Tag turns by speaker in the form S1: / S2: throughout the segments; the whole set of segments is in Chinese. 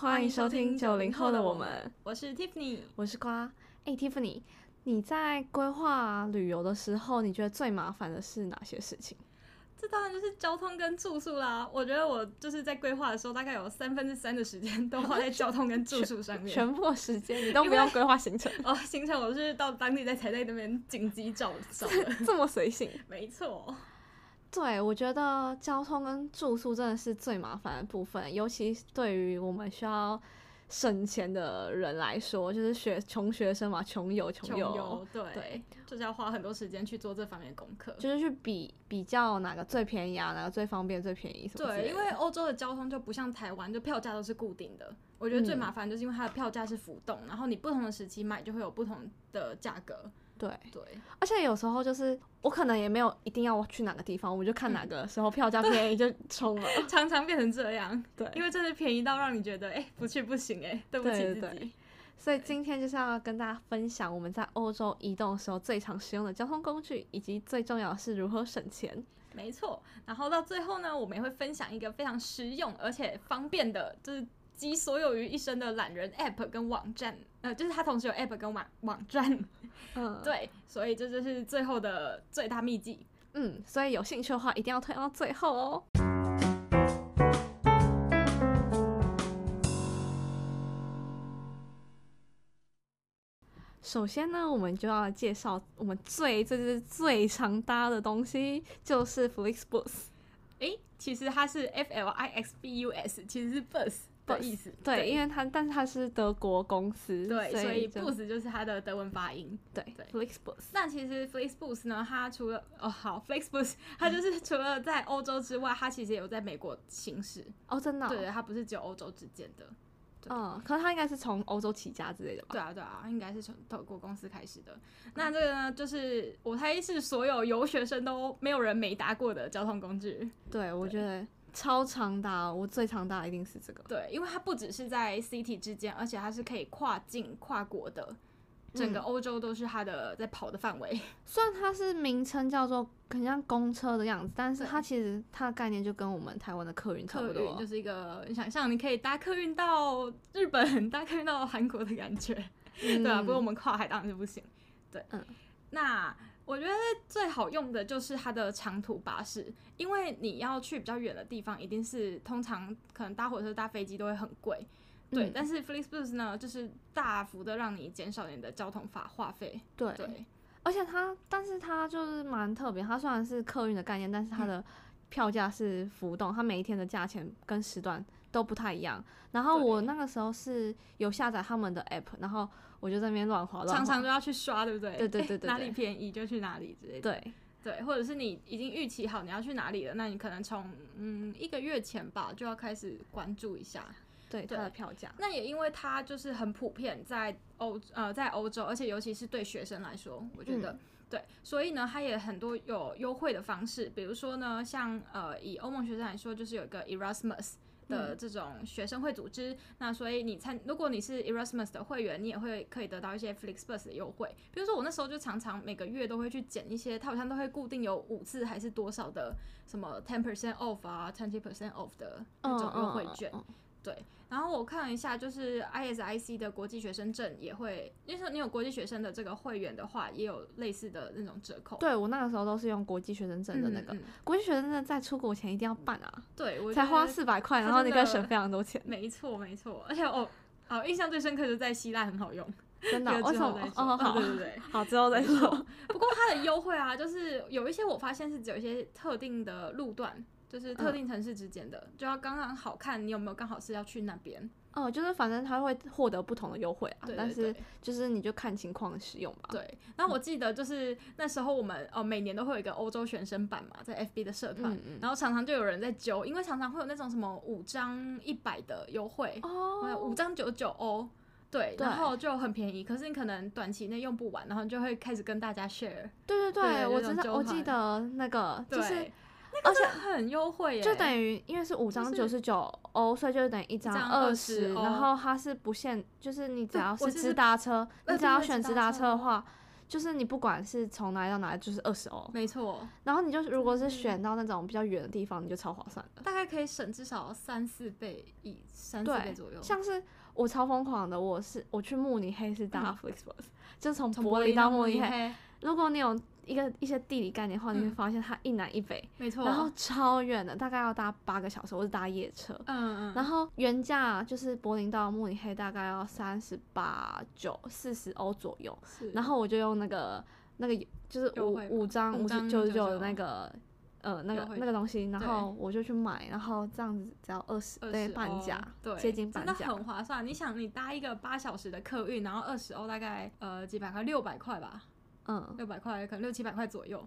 S1: 欢迎收听九零后的我们，
S2: 我是 Tiffany。
S1: 我是瓜。哎、t i f f a n y 你在规划旅游的时候，你觉得最麻烦的是哪些事情？
S2: 这当然就是交通跟住宿啦。我觉得我就是在规划的时候，大概有三分之三的时间都花在交通跟住宿上面。
S1: 全部的时间你都不用规划 行程，
S2: 哦，行程我是到当地再才在那边紧急找找的。
S1: 这么随性。
S2: 没错，
S1: 对，我觉得交通跟住宿真的是最麻烦的部分，尤其是对于我们需要省钱的人来说，就是学穷学生嘛，穷游穷
S2: 穷
S1: 游，
S2: 游对，
S1: 对
S2: 就是要花很多时间去做这方面的功课。
S1: 就是去比比较哪个最便宜啊，哪个最方便、最便宜什么之类的
S2: 对，因为欧洲的交通就不像台湾，就票价都是固定的。我觉得最
S1: 嗯
S2: 麻烦就是因为它的票价是浮动，然后你不同的时期买就会有不同的价格。
S1: 对，
S2: 对，
S1: 而且有时候就是我可能也没有一定要去哪个地方，我就看哪个时候票价便宜就冲 了。
S2: 常常变成这样。
S1: 对，
S2: 因为真的便宜到让你觉得，哎、不去不行、哎，对不起
S1: 对
S2: 自己。
S1: 对对所以今天就是要跟大家分享我们在欧洲移动的时候最常使用的交通工具，以及最重要的是如何省钱。
S2: 没错。然后到最后呢，我们也会分享一个非常实用而且方便的，就是集所有于一身的懒人 App 跟网站，呃，就是它同时有 App 跟网网站。
S1: 嗯，
S2: 对，所以这就是最后的最大秘籍。
S1: 嗯，所以有兴趣的话一定要推到最后哦。首先呢，我们就要介绍我们最最最最常搭的东西，就是 Flixbus。
S2: 哎、其实它是 F L I X B U S，其实是 bus 的
S1: Bus，
S2: 意思。
S1: 对，因为它，但是它是德国公司，
S2: 对，所
S1: 所
S2: 以
S1: 就
S2: bus 就是它的德文发音。
S1: 对
S2: 对
S1: Flixbus。
S2: 那其实 Flexbus 呢，它除了哦好 Flexbus，它 就是除了在欧洲之外，它其实也有在美国行驶。
S1: 哦，真的哦、
S2: 对，它不是只有欧洲之间的。对
S1: 嗯，可是它应该是从欧洲起家之类的吧？
S2: 对啊，对啊，应该是从德国公司开始的。那这个呢，就是我猜是所有游学生都没有人没搭过的交通工具。
S1: 对，我觉得超常搭，我最常搭的一定是这个。
S2: 对，因为它不只是在 city 之间，而且它是可以跨境、跨国的。整个
S1: 嗯
S2: 欧洲都是它的在跑的范围，
S1: 虽然它是名称叫做很像公车的样子，但是
S2: 对
S1: 它其实它的概念就跟我们台湾的客运差
S2: 客
S1: 不
S2: 运
S1: 多。
S2: 就是一个，你想象你可以搭客运到日本， 搭客运到韩国的感觉。
S1: 嗯
S2: 对啊，不过我们跨海当然是不行。对，
S1: 嗯，
S2: 那我觉得最好用的就是它的长途巴士，因为你要去比较远的地方，一定是通常可能搭火车、搭飞机都会很贵。对，
S1: 嗯
S2: 但是 Flixbus 呢，就是大幅的让你减少你的交通法话费。
S1: 对，
S2: 对，
S1: 而且它，但是它就是蛮特别。它虽然是客运的概念，但是
S2: 嗯
S1: 它的票价是浮动，它每一天的价钱跟时段都不太一样。然后
S2: 对
S1: 我那个时候是有下载他们的 app，然后我就在那边乱划乱
S2: 常
S1: 划。
S2: 常都要去刷，对不对？
S1: 对对对
S2: 诶
S1: 对
S2: 哪
S1: 对
S2: 里便宜就去哪里之类的。
S1: 对，
S2: 对，或者是你已经预期好你要去哪里了，那你可能从嗯一个月前吧就要开始关注一下。
S1: 对
S2: 对
S1: 它的票价，
S2: 那也因为它就是很普遍在欧呃在欧洲，而且尤其是对学生来说，我觉得、
S1: 嗯
S2: 对，所以呢，它也很多有优惠的方式，比如说呢，像呃以欧盟学生来说，就是有一个 Erasmus。的
S1: 嗯
S2: 这种学生会组织，那所以你参，如果你是 Erasmus 的会员，你也会可以得到一些 Flixbus 的优惠。比如说我那时候就常常每个月都会去捡一些，它好像都会固定有五次还是多少的什么 ten percent off 啊，twenty percent off 的那种优惠券。
S1: 嗯嗯嗯
S2: 然后我看了一下，就是 ISIC 的国际学生证也会，因为你有国际学生的这个会员的话，也有类似的那种折扣。
S1: 对我那个时候都是用国际学生证的那个。
S2: 嗯嗯
S1: 国际学生证在出国前一定要办啊，
S2: 对我觉
S1: 才
S2: 得
S1: 花四百块，
S2: 它
S1: 然后你
S2: 真
S1: 可以
S2: 的
S1: 省非常多 钱，
S2: 没错没错，而且哦哦，印象最深刻就是在希腊很好用，
S1: 真的哦
S2: 这。个
S1: 为
S2: 之
S1: 什
S2: 后
S1: 么
S2: 再？说。嗯
S1: 哦，好
S2: 对， 对对。
S1: 好，之后再说。
S2: 不过它的优惠啊，就是有一些我发现是只有一些特定的路段，就是
S1: 嗯
S2: 特定城市之间的，就要刚刚好看你有没有刚好是要去那边。
S1: 哦，就是反正他会获得不同的优惠啊，
S2: 对对
S1: 但
S2: 对
S1: 是就是你就看情况使用吧。，
S2: 对，然后我记得就是那时候我们哦，每年都会有一个欧洲学生版嘛，在 FB 的社团，
S1: 嗯嗯
S2: 然后常常就有人在揪，因为常常会有那种什么五张一百的优惠，还有
S1: 哦，
S2: 五张九九欧，对，
S1: 对
S2: 然后就很便宜，可是你可能短期内用不完，然后你就会开始跟大家 share，
S1: 对对
S2: 对有
S1: 我
S2: 一
S1: 知
S2: 种
S1: 道，我
S2: 纠
S1: 记
S2: 团
S1: 得那个
S2: 对，
S1: 就是
S2: 那个真的很优惠耶，
S1: 就等于因为是五张九
S2: 就
S1: 十九欧，所以就等于一张
S2: 张
S1: 二
S2: 20
S1: 十，
S2: 欧
S1: 然后它是不限，就是你只
S2: 对
S1: 要
S2: 我
S1: 是
S2: 就是
S1: 直达车，
S2: 呃
S1: 你只
S2: 对
S1: 要
S2: 对
S1: 选
S2: 直
S1: 直
S2: 达
S1: 达
S2: 车
S1: 车的话，就是你不管是从哪里到哪里，就是二十欧。
S2: 没错，
S1: 然后你就如果是
S2: 嗯
S1: 选到那种比较远的地方，你就超划算的。
S2: 大概可以省至少三四倍以三四倍
S1: 对
S2: 左右，，
S1: 像是我超疯狂的，我是我去慕尼黑是搭
S2: 嗯
S1: Flixbus，、就是从
S2: 从
S1: 柏
S2: 林
S1: 到
S2: 慕
S1: 尼
S2: 尼
S1: 黑。
S2: 黑，
S1: 如果你有一个一些地理概念的话，你会
S2: 嗯
S1: 发现它一南一北，
S2: 没错，
S1: 然后超远的，大概要搭八个小时，我是搭夜车。
S2: 嗯嗯，
S1: 然后原价就是柏林到慕尼黑大概要三十八九四十欧左右，
S2: 是
S1: 然后我就用那个那个就是
S2: 优
S1: 五
S2: 惠
S1: 五
S2: 码
S1: 张
S2: 五
S1: 五
S2: 张
S1: 九十九
S2: 99
S1: 的那个呃那
S2: 优
S1: 个
S2: 惠
S1: 那个东西，然
S2: 对
S1: 后我就去买，然后这样子只要二十
S2: 二
S1: 对
S2: 十
S1: 半
S2: 欧
S1: 价，
S2: 对，
S1: 接近半
S2: 真的
S1: 价
S2: 很划算。你想，你搭一个八小时的客运，然后二十欧大概呃几百块，六百块吧，
S1: 嗯
S2: 六百块可能六七百块左右，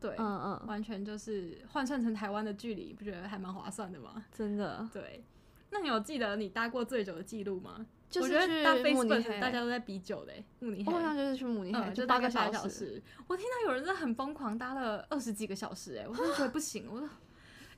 S2: 对，
S1: 嗯嗯，
S2: 完全就是换算成台湾的距离，不觉得还蛮划算的吗？
S1: 真的
S2: 对。那你有记得你搭过最久的记录吗？
S1: 就
S2: 我
S1: 是
S2: 觉得搭
S1: 去慕尼
S2: Facebook
S1: 黑，哦
S2: 大家都在比久嘞、慕尼
S1: 我
S2: 黑，
S1: 好像就是去慕尼黑，
S2: 嗯，就
S1: 八
S2: 大
S1: 个
S2: 概八
S1: 小时，
S2: 时。我听到有人真的很疯狂搭了二十几个小时、欸，我真的觉得不行，我都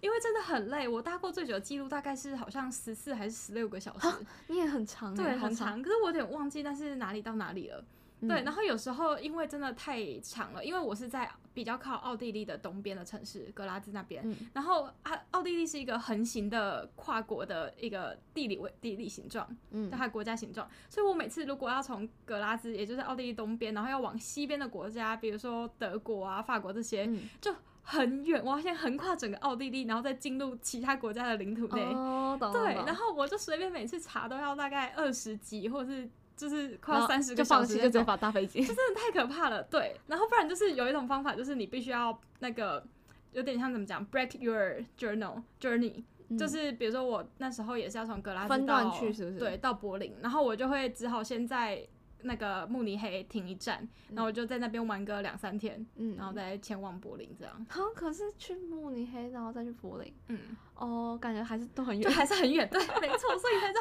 S2: 因为真的很累。我搭过最久的记录大概是好像十四还是十六个小时，
S1: 你也很长欸，
S2: 对，
S1: 好
S2: 很，长。可是我有点忘记那是哪里到哪里了。对，
S1: 嗯
S2: 然后有时候因为真的太长了，因为我是在比较靠奥地利的东边的城市格拉兹那边，
S1: 嗯
S2: 然后啊，奥地利是一个横行的跨国的一个地理位地理形状，
S1: 嗯
S2: 就它的国家形状，所以我每次如果要从格拉兹，也就是奥地利东边，然后要往西边的国家，比如说德国啊、法国这些，
S1: 嗯
S2: 就很远，我要先横跨整个奥地利，然后再进入其他国家的领土内。
S1: 哦， 懂
S2: 对，
S1: 懂
S2: 然后我就随便每次查都要大概二十集，或者是就是快
S1: 然
S2: 要
S1: 后
S2: 三十
S1: 哦就
S2: 个小
S1: 放
S2: 时
S1: 弃，
S2: 那
S1: 就直接
S2: 种
S1: 把搭飞机
S2: 这，真的太可怕了。对，然后不然就是有一种方法，就是你必须要那个有点像怎么讲，break your journal journey，、就
S1: 嗯
S2: 是比如说我那时候也是要从格拉
S1: 分
S2: 斯
S1: 段
S2: 到
S1: 去是不是
S2: 对，到柏林，然后我就会只好先在那个慕尼黑停一站，然后我就在那边玩个两三天，
S1: 嗯，
S2: 然后再前往柏林这样。
S1: 好，可是去慕尼黑，然后再去柏林，
S2: 嗯，
S1: 哦，感觉还是都很
S2: 就
S1: 远。
S2: 还是很远， 对，没错，所以才知道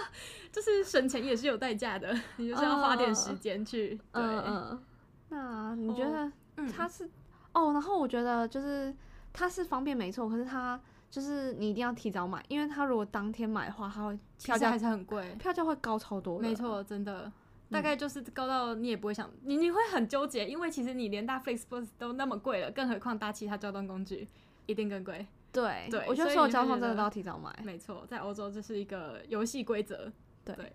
S2: 就是省钱也是有代价的， 你就是要花点时间去。对，
S1: 嗯嗯。那你觉得
S2: 嗯
S1: 它是哦？然后我觉得就是它是方便没错，可是它就是你一定要提早买，因为它如果当天买的话，它会
S2: 其
S1: 票
S2: 实
S1: 价
S2: 还是很贵。
S1: 票价会高超多的。
S2: 没，错，真
S1: 嗯
S2: 的。大概就是高到你也不会想，你你会很纠结，因为其实你连搭 Facebook 都那么贵了，更何况搭其他交通工具，一定更贵。
S1: 对，
S2: 对
S1: 我觉得
S2: 所以
S1: 所有
S2: 你
S1: 交
S2: 会
S1: 通真
S2: 觉
S1: 的
S2: 得
S1: 都要提早买。
S2: 没错，在欧洲这是一个游戏规则。
S1: 对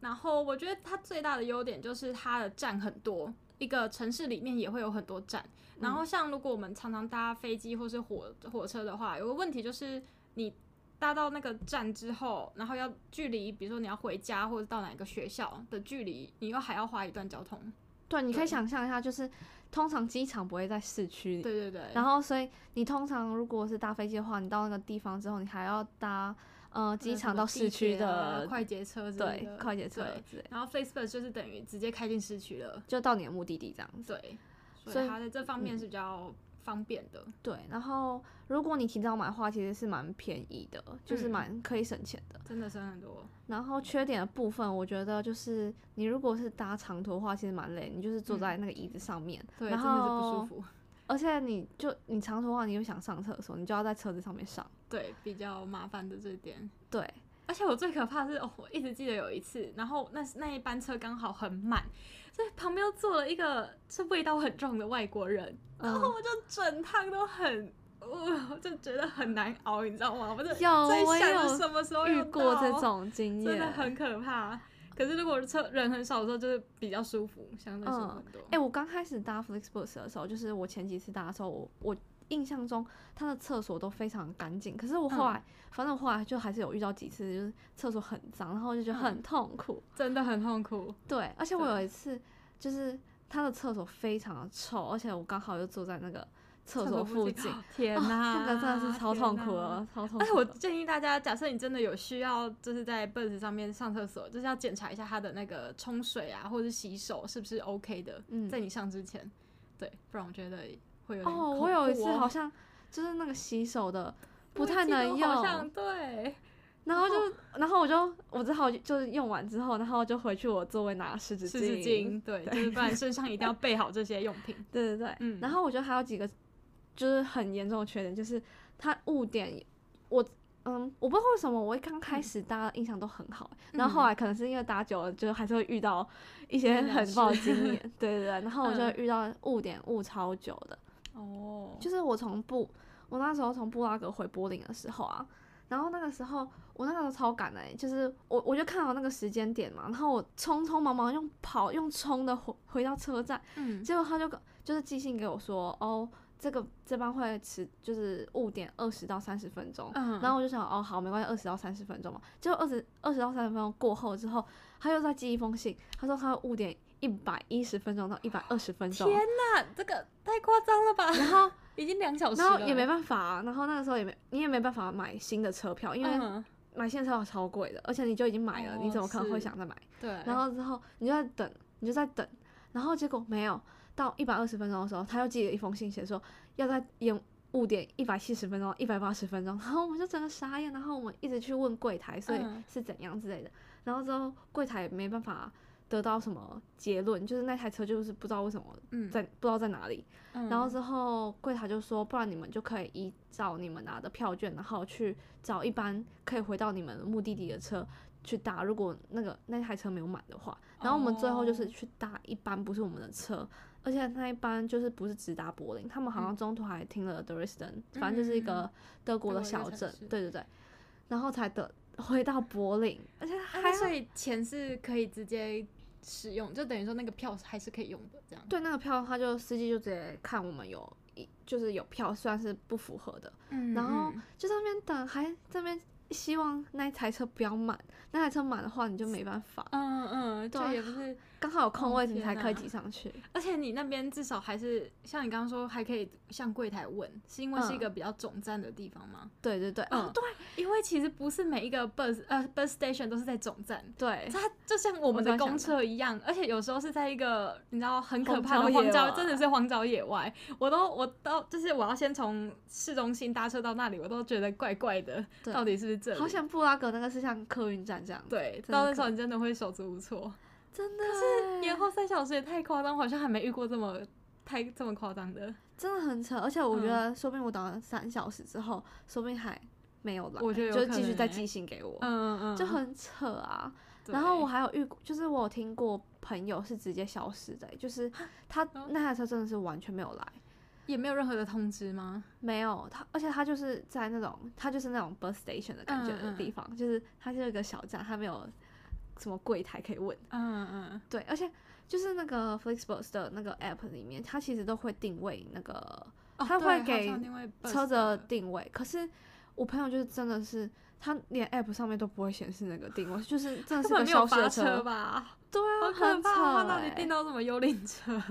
S2: 然后我觉得它最大的优点就是它的站很多，一个城市里面也会有很多站。
S1: 嗯
S2: 然后像如果我们常常搭飞机或是火火车的话，有个问题就是你搭到那个站之后，然后要距离，比如说你要回家或者到哪个学校的距离，你又还要花一段交通。
S1: 对，你可以
S2: 对
S1: 想象一下，就是通常机场不会在市区里，
S2: 对对对，
S1: 然后所以你通常如果是搭飞机的话，你到那个地方之后，你还要搭呃
S2: 呃
S1: 机
S2: 什
S1: 场
S2: 么
S1: 到
S2: 地
S1: 市区
S2: 铁啊
S1: 的
S2: 快捷车之类
S1: 对
S2: 的
S1: 快捷车
S2: 对
S1: 之类的，
S2: 然后 Facebook 就是等于直接开进市区了。
S1: 就到你的目的地这样子。
S2: 对，所
S1: 所以嗯
S2: 以它在这方面是比较方便的。
S1: 对，然后如果你提早买的话，其实是蛮便宜的，就是
S2: 嗯
S1: 蛮可以省钱的。
S2: 真的省很多。
S1: 然后缺点的部分，我觉得就是你如果是搭长途的话，其实蛮累，你就是
S2: 嗯
S1: 坐在那个椅子上面，
S2: 对，
S1: 然
S2: 真的是不舒
S1: 后
S2: 服。
S1: 而且你就你长途的话，你又想上厕所，你就要在车子上面上。
S2: 对，比较麻烦的这一点。
S1: 对，
S2: 而且我最可怕的是，哦，我一直记得有一次，然后那那一班车刚好很满，所以旁边又坐了一个是味道很重的外国人，然后
S1: 嗯，
S2: 我就整趟都很，我就觉得很难熬，你知道吗？我就
S1: 有
S2: 在
S1: 哦我
S2: 想
S1: 有
S2: 着什么时候
S1: 遇
S2: 要
S1: 过这
S2: 到，
S1: 种经
S2: 真
S1: 验
S2: 的。很可怕。可是如果车人很少的时候，就是比较舒服，相对舒服很多。
S1: 哎、我刚开始搭 Flixbus 的时候，就是我前几次搭的时候，我我印象中它的厕所都非常干净，可是我后
S2: 嗯
S1: 来，反正我后来就还是有遇到几次，就是厕所很脏，然后我就觉得很
S2: 嗯
S1: 痛苦。
S2: 真的很痛苦。
S1: 对，而且我
S2: 对
S1: 有一次就是它的厕所非常的臭，而且我刚好就坐在那个厕所附近，啊，，
S2: 天哪、
S1: 那个真的是超痛苦
S2: 啊天哪
S1: 了，超痛
S2: 而且
S1: 苦
S2: 我
S1: 了。
S2: 建议大家，假设你真的有需要，就是在 Bus 上面上厕所，就是要检查一下它的那个冲水啊，或者是洗手是不是 OK 的，
S1: 嗯
S2: 在你上之前，对，不然我觉得会有点
S1: 哦，
S2: 恐
S1: 我有一次
S2: 怖哦
S1: 好像就是那个洗手的不
S2: 我
S1: 太
S2: 记得
S1: 能
S2: 我
S1: 用，
S2: 好像对，
S1: 然后就，然后我就，我只好就是用完之后，然后就回去我座位拿湿纸
S2: 湿纸巾，对，就是不然身上一定 要备好这些用品。
S1: 对对对，
S2: 嗯
S1: 然后我觉得还有几个就是很严重的缺点，就是它误点，我嗯，我不知道为什么我一刚开
S2: 嗯
S1: 始大家印象都很好、然后后来可能是因为搭久了，就还是会遇到一些
S2: 嗯
S1: 很不好的
S2: 是
S1: 经验，对对对。然后我就
S2: 嗯
S1: 遇到误点误超久的，
S2: 哦，
S1: 就是我从布，我那时候从布拉格回柏林的时候啊，然后那个时候我那个时候超赶的、欸，就是我我就看到那个时间点嘛，然后我匆匆忙忙用跑用冲的回回到车站，
S2: 嗯
S1: 结果他就跟就是寄信给我说，哦，这个这班会迟，就是误点二十到三十分钟。
S2: 嗯，
S1: 然后我就想，哦，好，没关系，二十到三十分钟嘛。结果二十二十到三十分钟过后之后，他又再寄一封信，他说他误点一百一十分钟到一百二十分钟。
S2: 天哪，这个太夸张了吧？
S1: 然后
S2: 已经两小时
S1: 然
S2: 了，
S1: 后也没办法、啊，然后那个时候也没你也没办法买新的车票，因为
S2: 嗯、
S1: 买新的车票超贵的，而且你就已经买了，
S2: 哦
S1: 你怎么可能会
S2: 是
S1: 想再买？
S2: 对，
S1: 然后之后你就在等，你就在等，然后结果没有到一百二十分钟的时候，他又寄了一封信，写说要在延误点一百七十分钟、一百八十分钟，然后我们就整个傻眼，然后我们一直去问柜台，所以
S2: 嗯
S1: 是怎样之类的，然后之后柜台也没办法得到什么结论，就是那台车就是不知道为什么
S2: 嗯，
S1: 在不知道在哪里，
S2: 嗯，
S1: 然后之后柜台就说，不然你们就可以依照你们拿的票券，然后去找一班可以回到你们目的地的车去搭。如果那个那台车没有满的话，然后我们最后就是
S2: 哦
S1: 去搭一班不是我们的车，而且那一班就是不是直达柏林，他们好像中途还停了 Dresden，反正就是一
S2: 嗯嗯
S1: 个
S2: 嗯
S1: 德国的
S2: 德国一个
S1: 小
S2: 城
S1: 镇
S2: 市，
S1: 对对对，然后才得回到柏林，而且
S2: 啊
S1: 还
S2: 那
S1: 要
S2: 所以钱是可以直接使用，就等于说那个票还是可以用的，这样。
S1: 对那个票，他就司机就直接看我们有一就是有票虽然是不符合的。
S2: 嗯
S1: 然后就在那边等，还在那边希望那一台车不要满，那台车满的话你就没办法，
S2: 嗯嗯，
S1: 对
S2: 这、
S1: 啊
S2: 也不是，
S1: 刚好有空
S2: 哦
S1: 位你
S2: 天
S1: 才可以
S2: 哪
S1: 挤上去。
S2: 而且你那边至少还是像你刚刚说，还可以向柜台问，是因为是一
S1: 嗯
S2: 个比较总站的地方吗？
S1: 对对对，哦
S2: 嗯
S1: 对
S2: 因为其实不是每一个 bus 呃 bus station 都是在总站。
S1: 对，
S2: 它就像我
S1: 欸
S2: 们
S1: 我
S2: 的
S1: 知道
S2: 公车一样，而且有时候是在一个你知道很可怕的
S1: 荒郊野
S2: 荒郊，
S1: 外
S2: 真的是荒郊野外。我都我到就是我要先从市中心搭车到那里，我都觉得怪怪的，
S1: 对
S2: 到底是不是这里？
S1: 好想布拉格那个是像客运站这样子，
S2: 对，
S1: 真的
S2: 到那时
S1: 可
S2: 候你真的会手足无措。
S1: 真的是
S2: 延后三小时也太夸张，我好像还没遇过这么太这么夸张的。
S1: 真的很扯，而且我觉
S2: 嗯
S1: 得说不定我等了三小时之后，说不定还没有来，
S2: 我觉得
S1: 就
S2: 有可
S1: 继续
S2: 能
S1: 再
S2: 欸
S1: 寄信给我，
S2: 嗯嗯嗯，
S1: 就很扯啊。
S2: 对。
S1: 然后我还有遇过，就是我有听过朋友是直接消失的欸、就是他
S2: 哦
S1: 那台车真的是完全没有来。
S2: 也没有任何的通知吗？
S1: 没有，他而且他就是在那种，他就是那种 bus station 的感觉的
S2: 嗯嗯
S1: 地方，就是它是一个小站，它没有什么柜台可以问。
S2: 嗯嗯，
S1: 对，而且就是那个 Flixbus 的那个 app 里面，它其实都会定位那个
S2: 哦
S1: 他
S2: 对
S1: 会
S2: 好
S1: 给
S2: 像因为 bus
S1: 车子的
S2: 的
S1: 定位，可是我朋友就是真的是。他连 app 上面都不会显示那个定位，就是真的
S2: 根
S1: 是个
S2: 本没有
S1: 消失
S2: 发
S1: 的
S2: 车吧？
S1: 对啊，
S2: 好可
S1: 很扯、
S2: 怕！他到底
S1: 欸
S2: 订到什么幽灵车？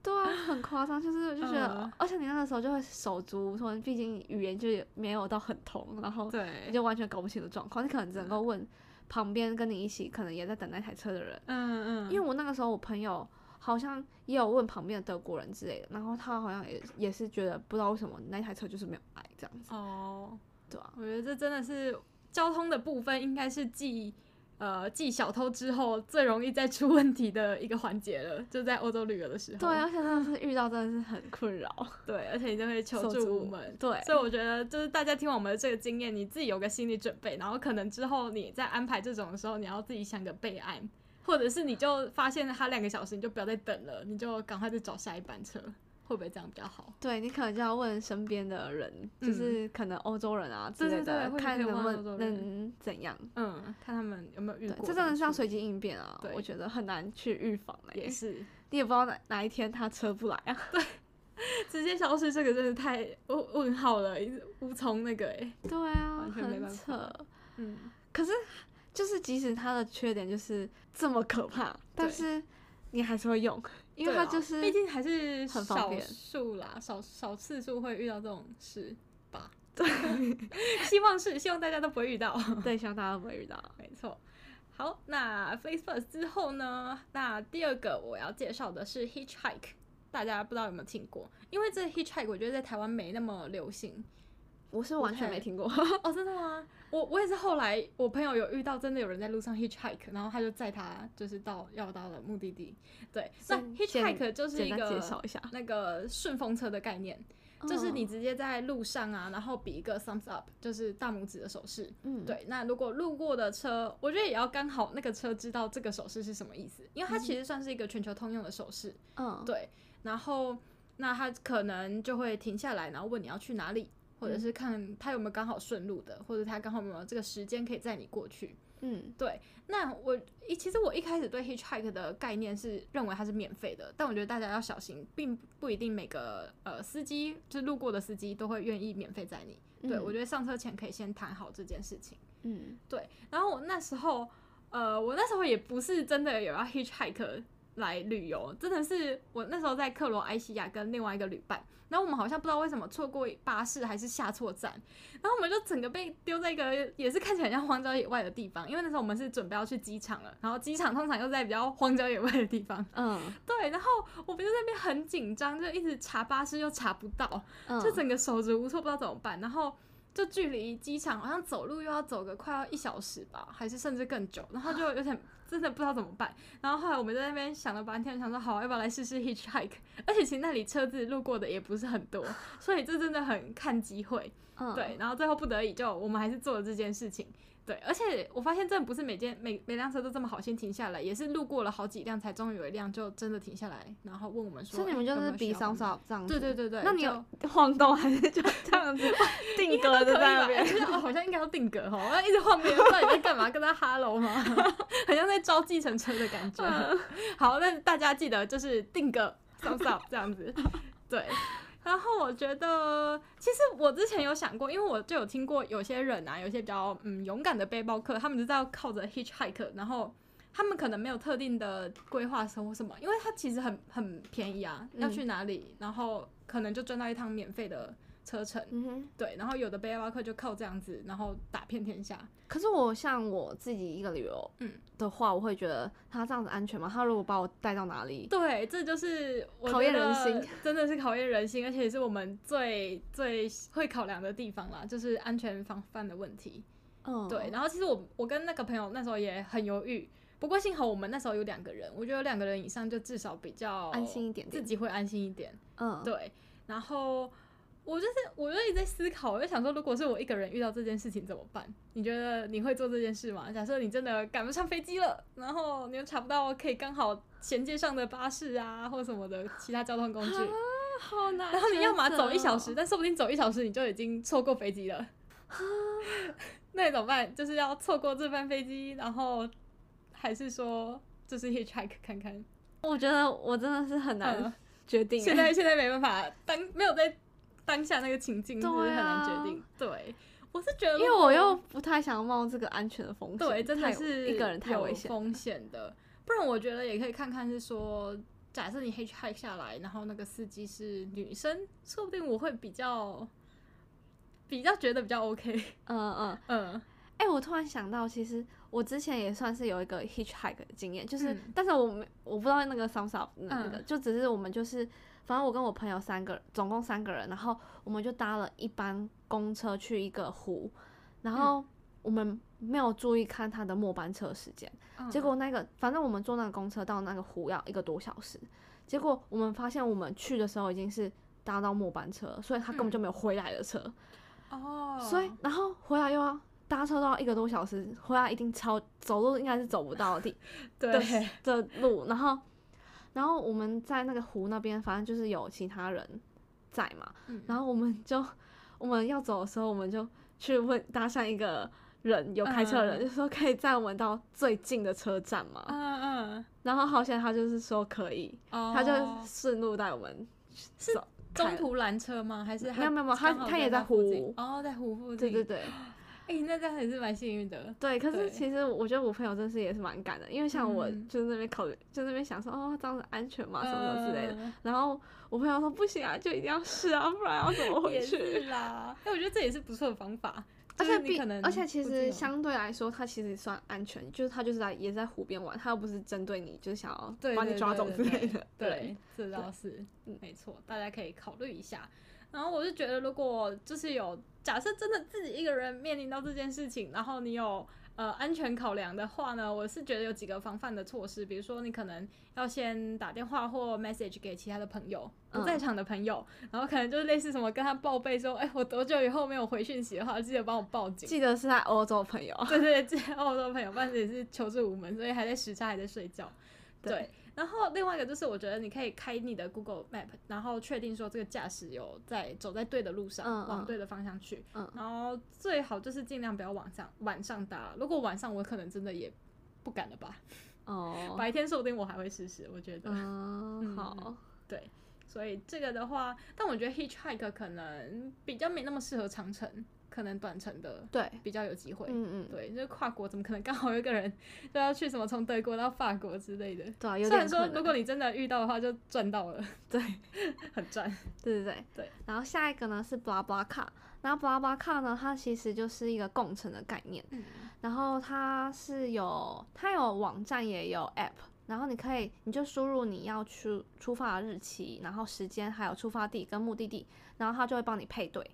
S1: 对啊，很夸张，就是我就觉得，
S2: 嗯
S1: 而且你那个时候就会手足无措，毕竟语言就也没有到很通，然后
S2: 对
S1: 你，就完全搞不清楚状况，你可能只能
S2: 嗯
S1: 够问旁边跟你一起可能也在等那台车的人，
S2: 嗯嗯，
S1: 因为我那个时候我朋友好像也有问旁边的德国人之类的，然后他好像也也是觉得不知道为什么那台车就是没有来这样子，
S2: 哦，
S1: 对啊，
S2: 我觉得这真的是交通的部分，应该是继呃继小偷之后最容易再出问题的一个环节了，就在欧洲旅游的时候。
S1: 对，而且真的是遇到真的是很困扰，
S2: 对，而且你就会求
S1: 手
S2: 助
S1: 足
S2: 无门。
S1: 对，
S2: 所以我觉得，就是大家听完我们的这个经验，你自己有个心理准备，然后可能之后你在安排这种的时候，你要自己想个备案，或者是你就发现他两个小时，你就不要再等了，你就赶快再找下一班车，会不会这样比较好？
S1: 对你可能就要问身边的人，就
S2: 嗯
S1: 是可能欧洲人啊之
S2: 对
S1: 类
S2: 对对
S1: 的，
S2: 会
S1: 看
S2: 可以
S1: 能
S2: 问
S1: 不
S2: 欧洲
S1: 能
S2: 人
S1: 能怎样。
S2: 嗯，看他们有没有遇
S1: 对，
S2: 过。
S1: 这真的是要随机应变啊！我
S2: 对
S1: 觉得很难去预防哎、
S2: 也是，
S1: 你也不知道哪哪一天他车不来啊。
S2: 直接消失这个真的太问问号了，一直无从那个哎、
S1: 对啊，
S2: 完全没
S1: 很
S2: 办法
S1: 扯。
S2: 嗯，
S1: 可是就是即使它的缺点就是这么可怕，但
S2: 对
S1: 是你还是会用，因为
S2: 对
S1: 它
S2: 啊
S1: 就是
S2: 毕竟还是
S1: 很方
S2: 少
S1: 便
S2: 数啦，少少次数会遇到这种事吧。 对，希望是，希望大家都不会遇到。
S1: 对，希望大家不会遇到。
S2: 没错。好，那 Facebook 之后呢？那第二个我要介绍的是 Hitchhike，大家不知道有没有听过？因为这 Hitchhike 我觉得在台湾没那么流行。
S1: 我是完全没
S2: 太
S1: 听过，
S2: 哦，真的吗？我我也是后来我朋友有遇到，真的有人在路上 Hitchhike，然后他就载他就是到要到了目的地。对，那
S1: 先
S2: Hitchhike 就是
S1: 简
S2: 一
S1: 单介
S2: 个
S1: 绍一下。嗯
S2: 那个顺风车的概念。就是你直接在路上啊，然后比一个 thumbs up，就是大拇指的手势。
S1: 嗯，
S2: 对，那如果路过的车，我觉得也要刚好那个车知道这个手势是什么意思，因为它其实算是一个全球通用的手势。
S1: 嗯，
S2: 对，然后那他可能就会停下来，然后问你要去哪里，或者是看他有没有刚好顺路的，或者他刚好有没有这个时间可以载你过去。
S1: 嗯
S2: 那我一其实我一开始对 hitchhike 的概念是认为它是免费的，但我觉得大家要小心，并不一定每个呃司机就是路过的司机都会愿意免费载你。对、
S1: 嗯
S2: 我觉得上车前可以先谈好这件事情。
S1: 嗯
S2: 对，然后我那时候，呃，我那时候也不是真的有要 hitchhike 来旅游，真的是我那时候在克罗埃西亚跟另外一个旅伴，然后我们好像不知道为什么错过巴士还是下错站，然后我们就整个被丢在一个也是看起来很像荒郊野外的地方，因为那时候我们是准备要去机场了，然后机场通常又在比较荒郊野外的地方，
S1: 嗯
S2: 对，然后我们就在那边很紧张，就一直查巴士又查不到，
S1: 嗯，
S2: 就整个手足无措，不知道怎么办。然后就距离机场好像走路又要走个快要一小时吧，还是甚至更久。然后就有 点真的不知道怎么办。然后后来我们在那边想了半天，想说好要不要来试试 hitchhike。而 且其实那里车子路过的也不是很 多，所以这真的很看机会。
S1: 嗯
S2: 对，，然后最后不得已就我们还是做了这件事情。对，而且我发现真的不是每间每每辆车都这么好心停下来，也是路过了好几辆才终于有一辆就真的停下来，然后问我们说，
S1: 所以你们就
S2: 有没
S1: 是
S2: 有需
S1: 比
S2: 要帮
S1: 上
S2: 忙
S1: 手这样子，
S2: 对对对对，
S1: 那你
S2: 就
S1: 有晃动还是就这样 子定格
S2: 可
S1: 的
S2: 以
S1: 在那
S2: 吧？
S1: 边？
S2: 就是哦，好像应该要定格 哦，我要一直晃别人，不知道你在干嘛，跟他哈喽吗？ 好像在招计程车的感觉。
S1: 嗯
S2: 好，那大家记得就是定格 thumbs up 这样子，对。然后我觉得，其实我之前有想过，因为我就有听过有些人啊，有些比较嗯勇敢的背包客，他们就是要靠着 hitchhike，然后他们可能没有特定的规划生活什么，因为它其实很很便宜啊，要
S1: 嗯
S2: 去哪里，然后可能就赚到一趟免费的车程，
S1: 嗯哼。
S2: 对，然后有的背包客就靠这样子，然后打遍天下。
S1: 可是我像我自己一个旅游，
S2: 嗯
S1: 的话，我会觉得他这样子安全吗？他如果把我带到哪里？
S2: 对，这就是我
S1: 考
S2: 觉
S1: 验人
S2: 得
S1: 心，
S2: 真的是考验人心，而且也是我们最最会考量的地方啦，就是安全防范的问题。
S1: 嗯，
S2: 对，，然后其实我我跟那个朋友那时候也很犹豫，不过幸好我们那时候有两个人，我觉得有两个人以上就至少比较
S1: 安心一点点
S2: 自己会安心一点。
S1: 嗯，
S2: 对，然后我就是我就一直在思考，我就想说，如果是我一个人遇到这件事情怎么办？你觉得你会做这件事吗？假设你真的赶不上飞机了，然后你又查不到可以刚好衔接上的巴士啊，或什么的其他交通工具，
S1: 好难
S2: 然后你要么走一
S1: 哦
S2: 小时，，但说不定走一小时你就已经错过飞机了。 那你怎么办？就是要错过这班飞机，然后还是说就是 hitchhike 看看？
S1: 我觉得我真的是很
S2: 嗯
S1: 难决定欸。
S2: 现在现在没办法当没有在当下那个情境，
S1: 对啊
S2: 就是很难决定。对，我是觉得如
S1: 因
S2: 果，
S1: 为我又不太想冒这个安全的风险，
S2: 对真的
S1: 太
S2: 是
S1: 一个人太
S2: 有
S1: 危险。
S2: 风险的，不然我觉得也可以看看是说。假设你 hitchhike 下来，然后那个司机是女生，说不定我会比较比较觉得比较 OK。
S1: 嗯嗯，
S2: 嗯，
S1: 哎、我突然想到，其实我之前也算是有一个 hitchhike 的经验，就是，
S2: 嗯
S1: 但是我没我不知道那个 thumbs up 那那
S2: 嗯
S1: 个，就只是我们就是，反正我跟我朋友三个，总共三个人，然后我们就搭了一班公车去一个湖，然
S2: 嗯
S1: 后我们没有注意看它的末班车时间，
S2: 嗯
S1: 结果那个反正我们坐那个公车到那个湖要一个多小时，结果我们发现我们去的时候已经是搭到末班车，所以他根
S2: 嗯
S1: 本就没有回来的车。
S2: 哦，
S1: 所以然后回来又要搭车都要一个多小时，回来一定超走路应该是走不到的地
S2: 对
S1: 的的路，然后然后我们在那个湖那边，反正就是有其他人在嘛，
S2: 嗯
S1: 然后我们就 我们要走的时候，我们就去问搭上一个。人有开车的人、
S2: 嗯
S1: 就说可以载我们到最近的车站嘛，
S2: 嗯
S1: 然后好险他就是说可以，
S2: 嗯，哦
S1: 他就顺路带我们
S2: 是
S1: 走开
S2: 中
S1: 了
S2: 途拦车吗？还是
S1: 没有没有没有他
S2: 刚好
S1: 他也
S2: 在
S1: 在
S2: 那附近
S1: 湖
S2: 哦，在湖附近。
S1: 对对对，
S2: 哎、那这样也是蛮幸运的。
S1: 对，可
S2: 对
S1: 是其实我觉得我朋友真是也是蛮敢的，因为像我
S2: 嗯
S1: 就是那边考虑，就那边想说哦这样子安全嘛什么什么之类的，
S2: 嗯
S1: 然后我朋友说不行啊，就一定要试啊，不然要怎么回
S2: 也
S1: 去？
S2: 是啦，哎，我觉得这也是不错的方法。
S1: 而且
S2: 就是你
S1: 比
S2: 可能，
S1: 而且其
S2: 附近
S1: 实
S2: 有
S1: 相对来说，它其实算安全，就是它就是在也在湖边玩，它又不是针对你，就是想
S2: 对
S1: 要把你
S2: 对
S1: 抓
S2: 对
S1: 走
S2: 对
S1: 之类
S2: 对
S1: 的。
S2: 对，这倒是
S1: 嗯
S2: 没错，大家可以考虑一下。然后我是觉得，如果就是有假设真的自己一个人面临到这件事情，然后你有呃安全考量的话呢，我是觉得有几个防范的措施，比如说你可能要先打电话或 message 给其他的朋友，
S1: 嗯
S2: 不在场的朋友，然后可能就是类似什么跟他报备说，哎、我多久以后没有回讯息的话，记得帮我报警。
S1: 记得是在欧洲朋友，
S2: 对对，对，这澳洲朋友，不然也是求助无门，所以还在时差，还在睡觉。
S1: 对
S2: 对，然后另外一个就是，我觉得你可以开你的 Google Map，然后确定说这个驾驶有在走在对的路上，
S1: 嗯嗯
S2: 往对的方向去。
S1: 嗯
S2: 然后最好就是尽量不要晚上晚上搭，如果晚上我可能真的也不敢了吧，
S1: 哦，
S2: 白天说不定我还会试试，我觉得。
S1: 嗯，
S2: 嗯
S1: 好，
S2: 所以这个的话，但我觉得 hitchhike 可能比较没那么适合长程，可能短程的
S1: 对，
S2: 比较有机会。
S1: 嗯嗯，
S2: 对，就是跨国怎么可能刚好有一个人就要去什么从德国到法国之类的？
S1: 对啊，有
S2: 虽
S1: 点
S2: 然说
S1: 困
S2: 如
S1: 难
S2: 果你真的遇到的话，就赚到 了，
S1: 对，
S2: 很赚。
S1: 对对对
S2: 对。
S1: 然后下一个呢是 blah blah car，然后 blah blah car 呢，它其实就是一个共乘的概念，然后它是有它有网站也有 app，然后你可以你就输入你要出出发的日期，然后时间还有出发地跟目的地，然后它就会帮你配对。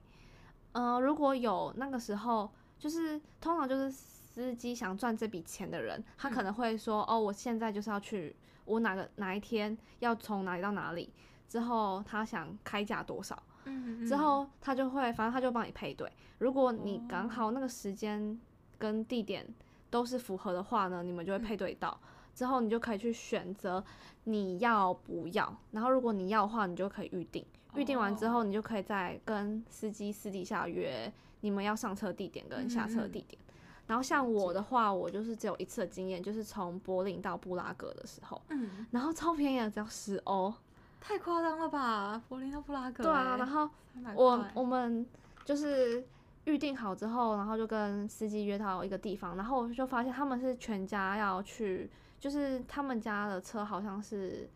S1: 呃，如果有那个时候，就是通常就是司机想赚这笔钱的人，他可能会说，哦，我现在就是要去我哪个哪一天要从哪里到哪里，之后他想开价多少，
S2: 嗯
S1: 之后他就会，反正他就帮你配对。如果你刚
S2: 哦
S1: 好那个时间跟地点都是符合的话呢，你们就
S2: 嗯
S1: 会配对到。之后你就可以去选择你要不要，然后如果你要的话，你就可以预定。
S2: 嗯
S1: 预定完
S2: 哦
S1: 之后，你就可以再跟司机私底下约你们要上车地点跟下车
S2: 嗯
S1: 地点。然后像我的话，我就是只有一次的经验，就是从柏林到布拉格的时候，
S2: 嗯，
S1: 然后超便宜的，啊只要十欧。
S2: 太夸张了吧？柏林到布拉格、欸
S1: 对啊，然后
S2: 后
S1: 我我们就是预定好之后，然后就跟司机约到一个地方，然后我就发现他们是全家要去，就是他们家的车好像是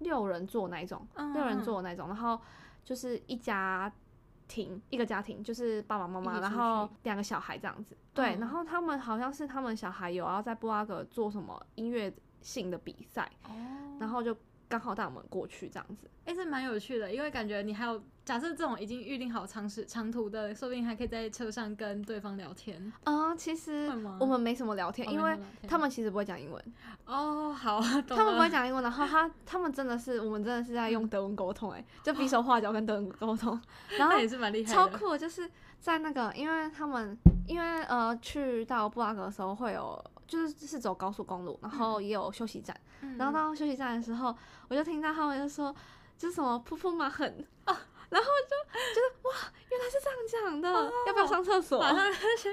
S1: 六人座那一种，
S2: 嗯
S1: 六人座那种，然后就是一家庭一个家庭，就是爸爸妈
S2: 一
S1: 妈，
S2: 起
S1: 然
S2: 出
S1: 后
S2: 去
S1: 两个小孩这样子。对，
S2: 嗯
S1: 然后他们好像是他们小孩有要在布拉格做什么音乐性的比赛，
S2: 哦，
S1: 然后就刚好带我们过去这样子。
S2: 哎、这蛮有趣的，因为感觉你还有假设这种已经预定好长时长途的，说不定还可以在车上跟对方聊天，
S1: 啊、其实
S2: 会吗
S1: 我们没什么聊天，
S2: 哦
S1: 因
S2: 没
S1: 为
S2: 有聊天
S1: 他们其实不会讲英 文，
S2: 哦，好，懂
S1: 他们不会
S2: 了
S1: 讲英文，然后他他们真的是我们真的是在
S2: 嗯
S1: 用德文沟通、欸，就比 手画脚跟德文沟通，然后
S2: 那也是蛮厉害的，
S1: 超酷的，就是在那个，因为他们因为呃去到布拉格的时候会有。就是是走高速公路，然后也有休息站，
S2: 嗯，
S1: 然后
S2: 呢，
S1: 到休息站的时候，我就听到他们就说，这是什么噗噗马很啊，然后我就觉得哇，原来是这样讲的，
S2: 哦
S1: 要不要上厕所？
S2: 马上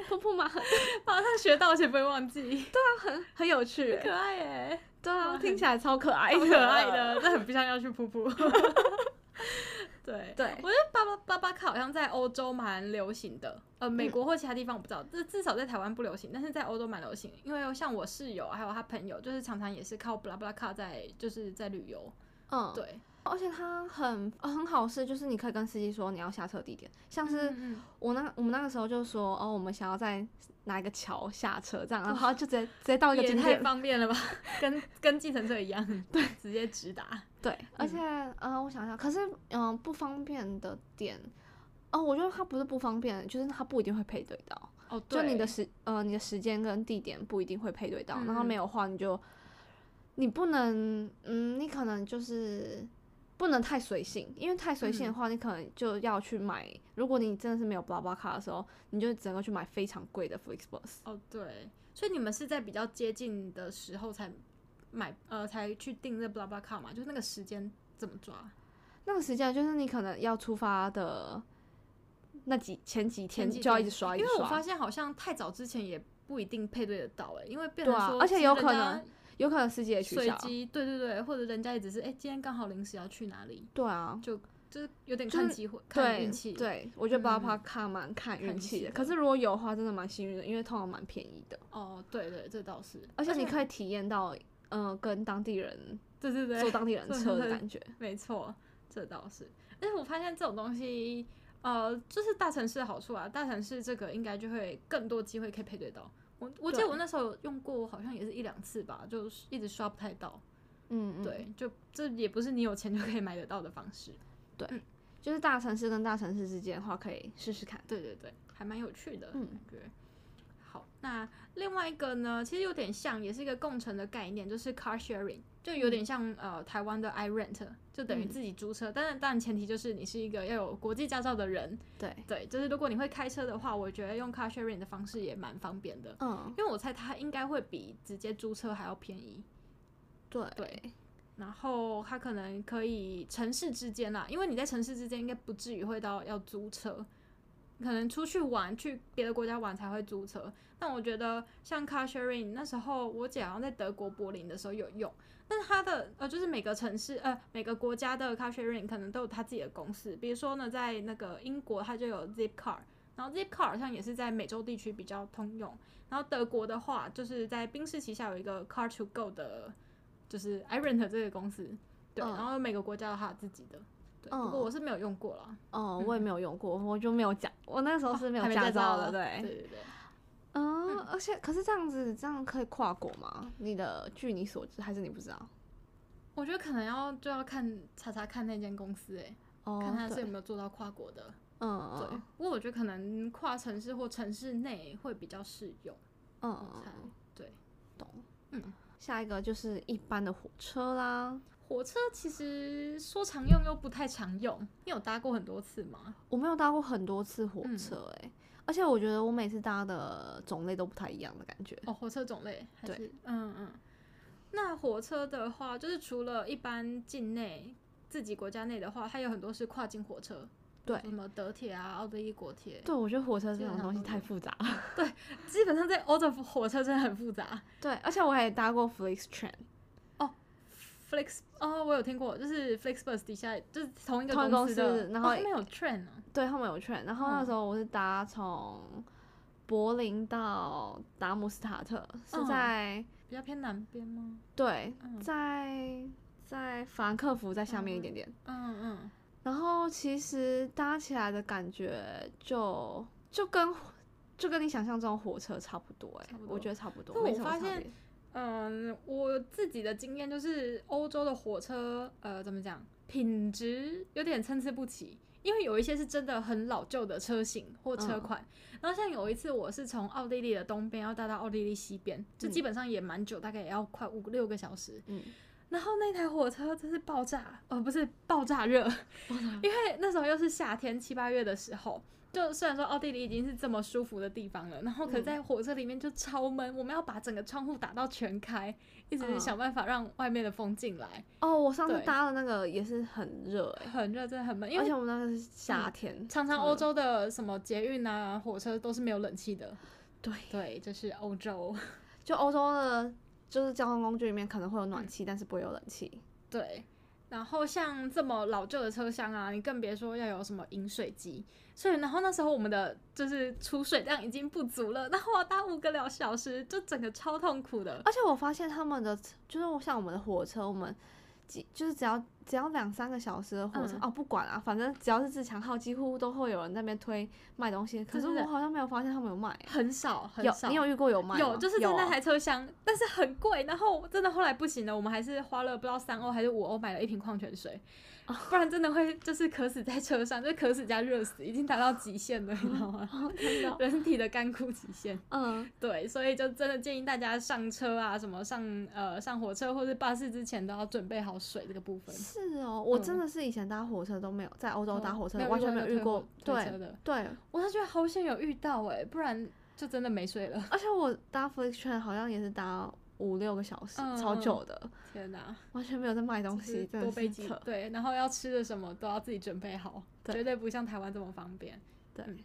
S1: 噗噗马很
S2: 马上学到，而且不会忘记，
S1: 很很有趣、欸，
S2: 可爱耶，
S1: 对 啊，
S2: 哇
S1: 听起来超可爱，
S2: 可爱。 的，那很不像要去瀑布。 对
S1: 对
S2: 我觉得巴巴巴巴卡好像在欧洲蛮流行的，呃，美国或其他地方我不知道，至、至少在台湾不流行，但是在欧洲蛮流行。因为像我室友还有他朋友，就是常常也是靠布拉布拉卡在就是在旅游。
S1: 嗯，
S2: 对，
S1: 而且它很呃很好是，就是你可以跟司机说你要下车地点，像是
S2: 嗯
S1: 我那我们那个时候就说哦，我们想要在哪一个桥下车这样，然后就直接直接到一个
S2: 哦也
S1: 景
S2: 太
S1: 点。
S2: 方便了吧， 跟跟计程车一样，对，直接直达。
S1: 对，而且呃，我想想，可是嗯、呃不方便的点，哦，我觉得它不是不方便，就是它不一定会配对到，
S2: 哦，
S1: 就
S2: 对
S1: 你的时呃你的时间跟地点不一定会配对到，
S2: 嗯
S1: 然后没有话你就你不能嗯，你可能就是不能太随性，因为太随性的
S2: 嗯
S1: 话，你可能就要去买。如果你真的是没有 blah blah 卡的时候，你就只能够去买非常贵的 Flixbus。
S2: 哦，对，所以你们是在比较接近的时候才买呃才去订这 blah blah car 嘛？就是那个时间怎么抓？
S1: 那个时间啊就是你可能要出发的那几前几天
S2: 前几
S1: 就要一
S2: 天
S1: 直刷，一
S2: 因
S1: 直
S2: 为我发
S1: 刷。
S2: 现好像太早之前也不一定配对得到哎、因为变
S1: 对
S2: 成
S1: 啊
S2: 说、
S1: 而且有可能有可能司机也取
S2: 随
S1: 消。
S2: 机，对对对，或者人家也只是哎、今天刚好临时要去哪里，
S1: 对啊，
S2: 就就是有点
S1: 就
S2: 看
S1: 是
S2: 机会、看
S1: 对
S2: 运气。，
S1: 对，我觉得 blah blah
S2: 嗯
S1: 卡蛮看
S2: 看
S1: 运
S2: 运
S1: 气
S2: 气
S1: 的。
S2: 的
S1: 可是如果有的话，真的蛮幸运的，因为通常蛮便宜的。
S2: 哦，对对，这倒是，
S1: 而且你可以体验到，呃，跟当地人
S2: 对 对对
S1: 坐，当地人
S2: 坐
S1: 车的
S2: 车
S1: 感觉。
S2: 没错，这倒是。而且我发现这种东西，呃，就是大城市的好处啊。大城市这个应该就会更多机会可以配对到。我我记得
S1: 对
S2: 我那时候有用过，好像也是一两次吧，就是一直刷不太到。
S1: 嗯，嗯，
S2: 对，就这也不是你有钱就可以买得到的方式。
S1: 就是大城市跟大城市之间的话，可以试试看。
S2: 对对对，还蛮有趣的
S1: 嗯
S2: 感觉。好，那另外一个呢，其实有点像，也是一个共乘的概念，就是 car sharing，就有点像、呃台湾的 i rent，就等于
S1: 嗯
S2: 自己租车，但是但前提就是你是一个要有国际驾照的人。
S1: 对，
S2: 对，就是如果你会开车的话，我觉得用 car sharing 的方式也蛮方便的，
S1: 嗯，
S2: 因为我猜它应该会比直接租车还要便宜。
S1: 对，
S2: 对，然后它可能可以城市之间啊啦，因为你在城市之间应该不至于会到要租车，可能出去玩去别的国家玩才会租车。但我觉得像 car sharing 那时候我姐好像在德国柏林的时候有用，但是它的呃就是每个城市呃每个国家的 car sharing 可能都有它自己的公司，比如说呢在那个英国它就有 Zipcar。然后 Zipcar 好像也是在美洲地区比较通用，然后德国的话，就是在宾士旗下有一个 Car to Go 的就是 iRent 这个公司，对，
S1: 嗯
S2: 然后每个国家有它自己的，对。
S1: 嗯
S2: 不过我是没有用过啦，
S1: 哦，我也没有用过，我就没有驾，我那时候是没
S2: 嗯哦还
S1: 有
S2: 没
S1: 驾
S2: 驾
S1: 照
S2: 照
S1: 的，
S2: 对
S1: 对，
S2: 对对。
S1: 嗯
S2: 嗯，
S1: 而且可是这样子，这样可以跨国吗？你的据你所知，还是你不知道？
S2: 我觉得可能要就要看查查看那间公司、欸，
S1: 哦，
S2: 看他是
S1: 对
S2: 有没有做到跨国的。
S1: 嗯
S2: 对
S1: 嗯，
S2: 不过我觉得可能跨城市或城市内会比较适用。
S1: 嗯
S2: 我猜
S1: 嗯，
S2: 对，
S1: 懂。
S2: 嗯，
S1: 下一个就是一般的火车啦。
S2: 火车其实说常用又不太常用，你有搭过很多次吗？
S1: 我没有搭过很多次火
S2: 嗯
S1: 车、欸，而且我觉得我每次搭的种类都不太一样的感觉。
S2: 哦，火车种类还
S1: 对
S2: 是嗯嗯。那火车的话，就是除了一般境内自己国家内的话，它有很多是跨境火车，
S1: 对
S2: 什么德铁啊、奥地利国铁，
S1: 对，我觉得火车
S2: 基
S1: 这
S2: 本
S1: 种
S2: 上
S1: 东西
S2: 都
S1: 太
S2: 有
S1: 复杂了。
S2: 基本上在欧洲火车真的很复杂。
S1: 对，而且我也搭过 Flixtrain，
S2: Flix 哦，我有听过，就是 Flixbus 底下就是同一个
S1: 同一个
S2: 司的，
S1: 公司然
S2: 哦
S1: 后
S2: 他们有 train 哦，
S1: 对他们有券。然后那
S2: 嗯
S1: 时候我是搭从柏林到达姆斯塔特，是
S2: 嗯
S1: 在、
S2: 比较偏南边吗？
S1: 对，
S2: 嗯
S1: 在在法兰克福在下面一点点。
S2: 嗯嗯，
S1: 然后其实搭起来的感觉就就跟就跟你想象中的火车差不多、欸，
S2: 差不
S1: 我
S2: 多
S1: 觉得差不多。
S2: 但
S1: 没
S2: 我
S1: 什么差
S2: 发现
S1: 别
S2: 嗯，我自己的经验就是，欧洲的火车，呃，怎么讲，品质有点参差不齐，因为有一些是真的很老旧的车型或车
S1: 嗯
S2: 款。然后像有一次，我是从奥地利的东边要搭到奥地利西边，就基
S1: 嗯
S2: 本上也蛮久，大概也要快五六个小时。
S1: 嗯，
S2: 然后那台火车真是爆炸，呃，不是爆炸热，因为那时候又是夏天七八月的时候，就虽然说奥地利已经是这么舒服的地方了，然后可
S1: 嗯
S2: 在火车里面就超闷，我们要把整个窗户打到全开，一直
S1: 嗯
S2: 想办法让外面的风进来，
S1: 哦，我上次
S2: 对
S1: 搭的那个也是很热哎、
S2: 很热，真的很闷，因
S1: 而且
S2: 为。嗯
S1: 我们那个是夏天，
S2: 常常
S1: 超
S2: 欧
S1: 热
S2: 洲的什么捷运啊、火车都是没有冷气的，
S1: 对，
S2: 对，这是欧洲，
S1: 就欧洲的，就是交通工具里面可能会有暖
S2: 嗯
S1: 气，但是不会有冷气。
S2: 对。然后像这么老旧的车厢啊，你更别说要有什么饮水机。所以，然后那时候我们的就是储水量已经不足了，然后我要搭五个两小时，就整个超痛苦的。
S1: 而且我发现他们的就是像我们的火车，我们几就是只要只要两三个小时的火车、
S2: 嗯
S1: 哦，不管啊，反正只要是自强号，几乎都会有人在那边推卖东西。可是
S2: 对对
S1: 我
S2: 对
S1: 好像没有发现他们有卖欸、
S2: 很少，很
S1: 有
S2: 少。
S1: 你有遇过有卖吗？
S2: 有就是在那
S1: 啊
S2: 台车厢，但是很贵。然后真的后来不行了，我们还是花了不知道三欧还是五欧买了一瓶矿泉水，
S1: 哦
S2: 不然真的会就是渴死在车上，就渴死加热死，已经达到极限了，你 知道吗？
S1: 真的哦
S2: 人体的干枯极限。
S1: 嗯，
S2: 对，所以就真的建议大家上车啊，什么上呃上火车或是巴士之前都要准备好水这个部分。
S1: 是哦，我
S2: 嗯
S1: 真的是以前搭火车都没有，在欧洲搭火车
S2: 没有
S1: 完全没有
S2: 推
S1: 遇过
S2: 火，推车
S1: 对
S2: 的，
S1: 对，
S2: 我是觉得好险有遇到哎、不然就真的没水了。
S1: 而且我搭 Flixtrain 好像也是搭五六个小时，
S2: 嗯
S1: 超
S2: 嗯
S1: 久的，
S2: 天哪、
S1: 完全没有在卖东
S2: 就是
S1: 西，真的
S2: 多
S1: 是
S2: 备几
S1: 扯
S2: 对，然后要吃的什么都要自己准备好，
S1: 对
S2: 绝对不像台湾这么方便。
S1: 对
S2: 嗯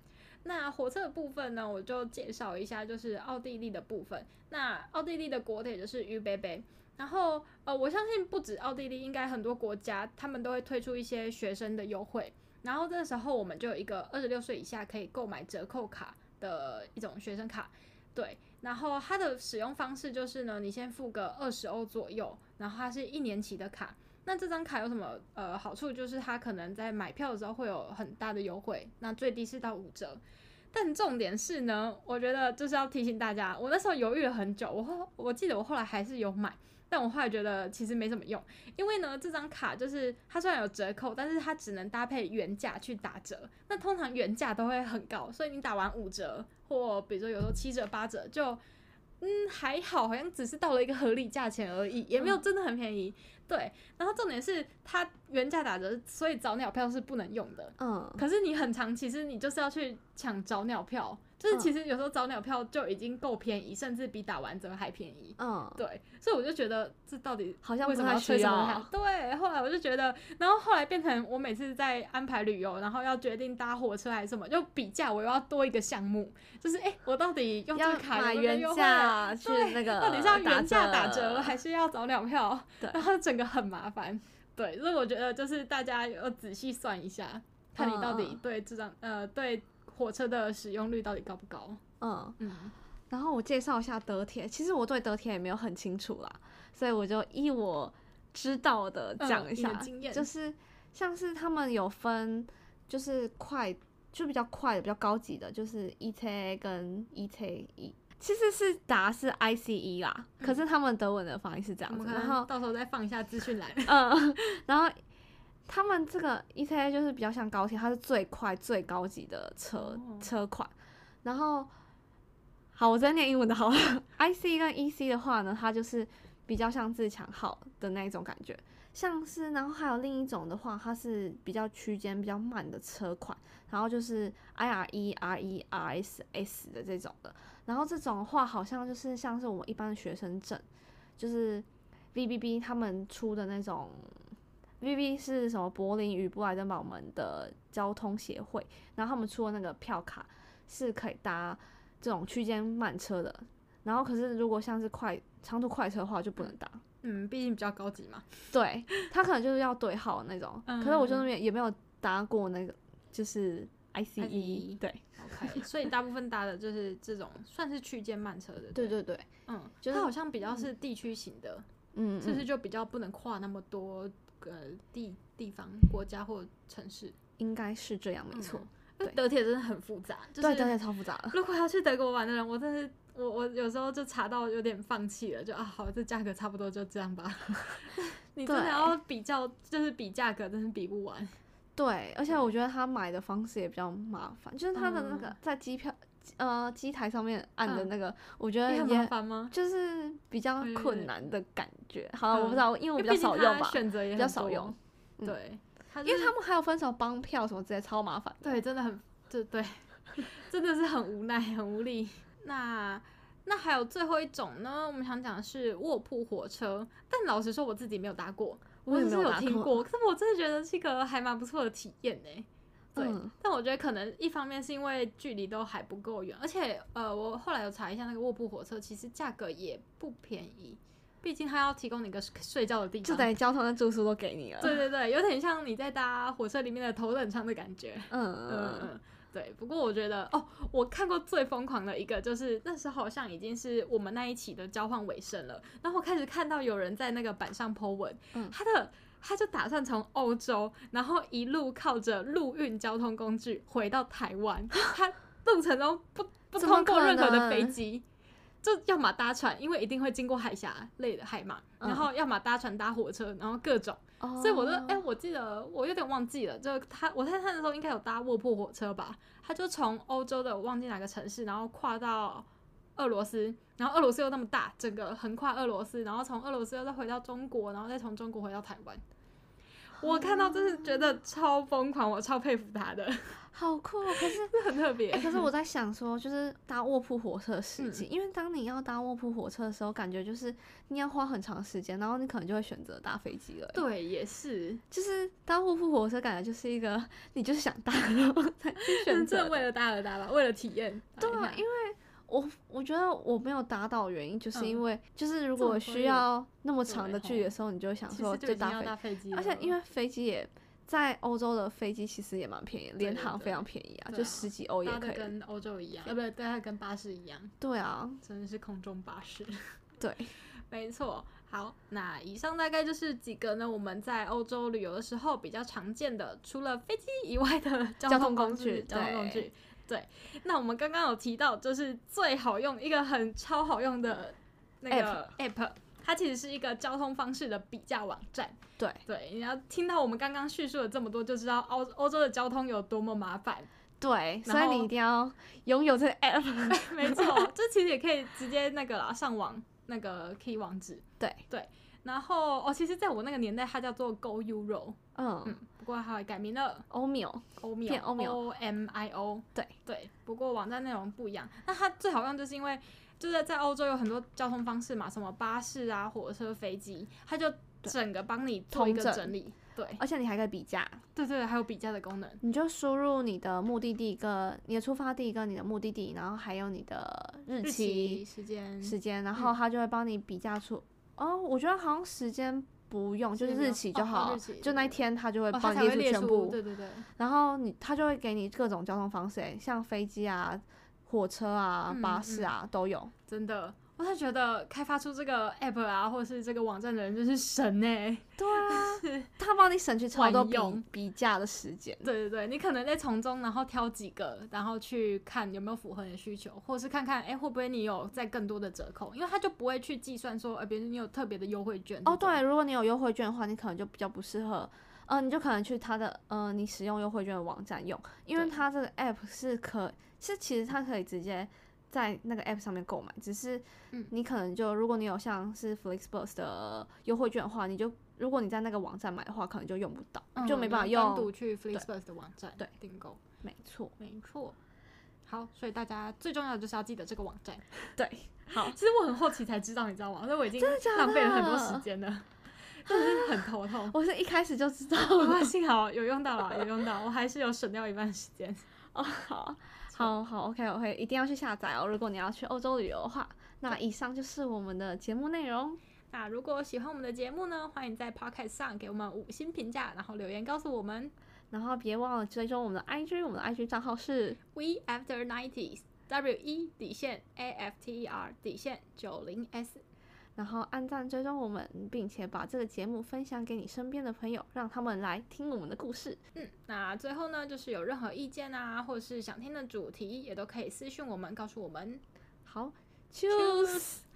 S2: 那火车的部分呢，我就介绍一下，就是奥地利的部分。那奥地利的国铁就是于贝贝，然后呃，我相信不止奥地利，应该很多国家他们都会推出一些学生的优惠。然后这时候我们就有一个二十六岁以下可以购买折扣卡的一种学生卡，对，然后它的使用方式就是呢，你先付个二十欧左右，然后它是一年期的卡。那这张卡有什么呃好处？就是它可能在买票的时候会有很大的优惠，那最低是到五折。但重点是呢，我觉得就是要提醒大家，我那时候犹豫了很久，我后我记得我后来还是有买，但我后来觉得其实没什么用，因为呢这张卡就是它虽然有折扣，但是它只能搭配原价去打折，那通常原价都会很高，所以你打完五折或比如说有时候七折八折就。嗯，还好，好像只是到了一个合理价钱而已，也没有真的很便宜。对，然后重点是它原价打折，所以早鸟票是不能用的。
S1: 嗯，
S2: 可是你很长，其实你就是要去抢早鸟票，就是
S1: 嗯
S2: 其实有时候早鸟票就已经够便宜，甚至比打完折还便宜。
S1: 嗯，
S2: 对，所以我就觉得这到底
S1: 好像
S2: 为
S1: 不
S2: 什么
S1: 太
S2: 要
S1: 需
S2: 吹什么
S1: 要
S2: 海。？对，后来我就觉得，然后后来变成我每次在安排旅游，然后要决定搭火车还是什么，就比价，我又要多一个项目，就是哎、诶我到底用这
S1: 要
S2: 个卡
S1: 买
S2: 有没有
S1: 原
S2: 优惠啊
S1: 价去
S2: 对
S1: 那个
S2: 到底是要
S1: 呃打
S2: 原价打
S1: 折
S2: 折还是要早鸟票？
S1: 对
S2: 然后整个很麻烦。对，所以我觉得就是大家要仔细算一下，看你到
S1: 嗯
S2: 底
S1: 嗯
S2: 对这张呃对火车的使用率到底高不高。
S1: 嗯，
S2: 嗯，
S1: 然后我介绍一下德铁，其实我对德铁也没有很清楚啦，所以我就依我知道的讲一
S2: 嗯你
S1: 下，
S2: 的经验
S1: 就是像是他们有分，就是快就比较快的、比较高级的，就是 E T 跟 E T E，其实是答是 I C E 啦，可是他们德文的发音是这
S2: 嗯
S1: 样
S2: 我们
S1: 子，
S2: 可
S1: 然
S2: 能
S1: 后
S2: 到时候再放一下资 讯栏。
S1: 嗯，然后他们这个 ETA 就是比较像高铁，它是最快最高级的车、
S2: 哦
S1: 车款。然后，好，我再念英文的好了。IC 跟 EC 的话呢，它就是比较像自强号的那一种感觉，像是然后还有另一种的话，它是比较区间比较慢的车款，然后就是 E IRE、RE、RSS 的这种的。然后这种的话好像就是像是我们一般的学生证，就是 VBB 他们出的那种，VB 是什么柏林与布莱登堡门的交通协会，然后他们出的那个票卡是可以搭这种区间慢车的，然后可是如果像是快长途快车的话就不能搭，
S2: 嗯，毕竟比较高级嘛。
S1: 对他可能就是要对号那种，
S2: 嗯
S1: 可是我就没也没有搭过那个就是
S2: E
S1: E ICE，
S2: ICE
S1: 对
S2: OK，所以大部分搭的就是这种算是区间慢车的。
S1: 对
S2: 对，
S1: 对对，
S2: 嗯，
S1: 就是
S2: 它好像比较是地区型的，
S1: 嗯，
S2: 是不
S1: 嗯
S2: 是就比较不能跨那么多个地地方、国家或城市？
S1: 应该是这样没错，
S2: 因为
S1: 对
S2: 德铁真的很复杂，嗯就
S1: 对
S2: 是
S1: 对对，超复杂的，
S2: 如果要去德国玩的人，我真的是我我有时候就查到有点放弃了，就啊好，这价格差不多就这样吧。 你真的
S1: 对
S2: 要比较，就是比价格，真是比不完。
S1: 对，而
S2: 嗯
S1: 且我觉得他买的方式也比较麻烦，就是他的那个在机票、呃机台上面按的
S2: 嗯
S1: 那个，我觉得
S2: 你很麻
S1: 也
S2: 烦吗？
S1: 就是比较
S2: 对对对
S1: 困难的感觉。好了，我不
S2: 嗯
S1: 知道，因为我
S2: 因为
S1: 比较
S2: 毕竟
S1: 少用
S2: 它
S1: 吧，
S2: 选择也
S1: 比较
S2: 很
S1: 少
S2: 多
S1: 用。嗯
S2: 对，它
S1: 因
S2: 就
S1: 为
S2: 是
S1: 他们还有分手帮票什么之类，超麻烦。
S2: 对，真的很，对对， 真的是很无奈，很无力。那那还有最后一种呢，我们想讲的是卧铺火车，但老实说我自己没有搭过，
S1: 我也没
S2: 只是
S1: 有
S2: 有
S1: 搭
S2: 听
S1: 过
S2: 过，可是我真的觉得是一个还蛮不错的体验呢、对，
S1: 嗯
S2: 但我觉得可能一方面是因为距离都还不够远，而且呃，我后来有查一下那个卧铺火车，其实价格也不便宜，毕竟它要提供你一个睡觉的地方，
S1: 就等于交通跟住宿都给你了。
S2: 对对对，有点像你在搭火车里面的头等舱的感觉。
S1: 嗯
S2: 嗯，
S1: 嗯
S2: 嗯，对。不过我觉得，哦，我看过最疯狂的一个，就是那时候好像已经是我们那一期的交换尾声了，然后我开始看到有人在那个板上 po 文，
S1: 嗯
S2: 他的。他就打算从欧洲，然后一路靠着陆运交通工具回到台湾。 他路程中不不
S1: 怎么
S2: 通过
S1: 可
S2: 任何的飞
S1: 能
S2: 机，就要么搭船，因为一定会经过海峡类的海嘛，
S1: 嗯
S2: 然后要么搭船搭火车，然后各种。
S1: 嗯，
S2: 所以我就
S1: 的
S2: 哎、我记得我有点忘记了，就他我在他的时候应该有搭卧铺火车吧，他就从欧洲的我忘记哪个城市，然后跨到俄罗斯，然后俄罗斯又那么大，整个横跨俄罗斯，然后从俄罗斯又再回到中国，然后再从中国回到台湾。我看到真是觉
S1: 哦
S2: 得超疯狂，我超佩服 他的，哎
S1: 好酷哦，可是
S2: 这很特别
S1: 欸。可是我在想说，就是搭卧铺火车的
S2: 嗯
S1: 时机，因为当你要搭卧铺火车的时候，感觉就是你要花很长时间，然后你可能就会选择搭飞机了欸。
S2: 对，也 是，
S1: 就是搭卧铺火车，感觉就是一个 你就是想搭，然后才去选
S2: 真
S1: 择
S2: 正
S1: 的。
S2: 为了搭而搭吧，为了体验搭
S1: 对
S2: 一下。
S1: 啊，因为我我觉得我没有搭到的原因，就是因
S2: 嗯
S1: 为、就是如果
S2: 么
S1: 需
S2: 规
S1: 要那么长
S2: 对
S1: 的距离的
S2: 吼
S1: 时候，你就会想
S2: 其
S1: 说
S2: 实就已经
S1: 搭
S2: 要
S1: 飞机，
S2: 搭飞机了，
S1: 而且因为飞机也在欧洲的飞机其实也蛮便宜的，联
S2: 对
S1: 航非
S2: 对
S1: 常便宜啊，
S2: 对
S1: 就
S2: 啊
S1: 十几欧也
S2: 搭
S1: 可
S2: 的
S1: 以。
S2: 跟欧洲一样，呃，不对，搭的跟巴士一样。
S1: 对啊，
S2: 真的是空中巴士。
S1: 对，
S2: 没错。好，那以上大概就是几个呢，我们在欧洲旅游的时候比较常见的，除了飞机以外的交
S1: 通
S2: 通
S1: 工
S2: 工
S1: 具
S2: 交通工
S1: 对
S2: 具。那我们刚刚有提到，就是最好用一个很超好用的那个 app，它其实是一个交通方式的比价网站。
S1: 对
S2: 对，你要听到我们刚刚叙述了这么多，就知道欧欧洲的交通有多么麻烦。
S1: 对，所以
S2: 然后
S1: 你一定要拥有这个 app。
S2: 没错，这其实也可以直接那个啦，上网那个 key 网址。
S1: 对
S2: 对，然后哦，其实在我那个年代，它叫做 Go Euro，嗯
S1: 嗯，，
S2: 不过它改名了
S1: 欧哦秒，
S2: 欧米
S1: 变欧米
S2: O M I O，
S1: 对
S2: 对，不过网站内容不一样。那它最好用就是因为就是在欧洲有很多交通方式嘛，什么巴士啊、火车、飞机，它就整个帮你做一个
S1: 通啊整
S2: 整理。对
S1: 而且你还可以比价，
S2: 对对，还有比价的功能。
S1: 你就输入你的目的地跟你的出发地跟你的目的地，然后还有你的日
S2: 日期、嗯
S1: 期、
S2: 时间，
S1: 时间，然后它就会帮你比价出。哦，我觉得好像时间不用，就是
S2: 时间不用
S1: 日期就
S2: 哦哦
S1: 好
S2: 日期，
S1: 就那一
S2: 对对对
S1: 天它就会
S2: 哦，它
S1: 帮你
S2: 才会
S1: 列
S2: 列
S1: 出全部。
S2: 对对对，
S1: 然后你他就会给你各种交通方式欸，像飞机啊、火车啊、
S2: 嗯
S1: 巴士啊、都有。
S2: 真的。我是觉得开发出这个 app 啊，或是这个网站的人就是神欸呢、
S1: 对啊，他帮你省去超多
S2: 万
S1: 比
S2: 用
S1: 比价的时间。
S2: 对对对，你可能在从中然后挑几个，然后去看有没有符合你的需求，或是看看哎会不会你有在更多的折扣，因为他就不会去计算说，呃，比如你有特别的优惠券
S1: 哦，
S2: 这种，
S1: 对，如果你有优惠券的话，你可能就比较不适合，呃，你就可能去他的，呃，你使用优惠券的网站用，因为
S2: 对
S1: 它这个 app 是可是其实它可以直接在那个 app 上面购买，只是
S2: 嗯
S1: 你可能就如果你有像是 Flixbus 的优惠券的话，你就如果你在那个网站买的话，可能就用不到，
S2: 嗯
S1: 就没办法
S2: 你要
S1: 用。
S2: 单独去 Flixbus 的网站
S1: 对
S2: 订购，
S1: 没错，
S2: 没错。好，所以大家最重要的就是要记得这个网站。
S1: 对，
S2: 好， 其实我很后期才知道，你知道吗？所以我已经浪费了很多时间了， 真的是很头痛。
S1: 我是一开始就知 道
S2: 不
S1: 了。
S2: 过哦幸好有用到 了，有用到，我还是有省掉一半时间。
S1: 哦，好，好好，OK，我会一定要去下载哦。如果你要去欧洲旅游的话，那以上就是我们的节目内容。
S2: 那如果喜欢我们的节目呢，欢迎在 Podcast 上给我们五星评价，然后留言告诉我们。
S1: 然后别忘了追踪我们的 IG，我们的 IG 账号是
S2: We after nineties W E 底线 A F T E R 底线九零 S。
S1: 然后按赞追踪我们，并且把这个节目分享给你身边的朋友，让他们来听我们的故事。
S2: 嗯，那最后呢，就是有任何意见啊，或者是想听的主题，也都可以私讯我们，告诉我们。
S1: 好，Cheers！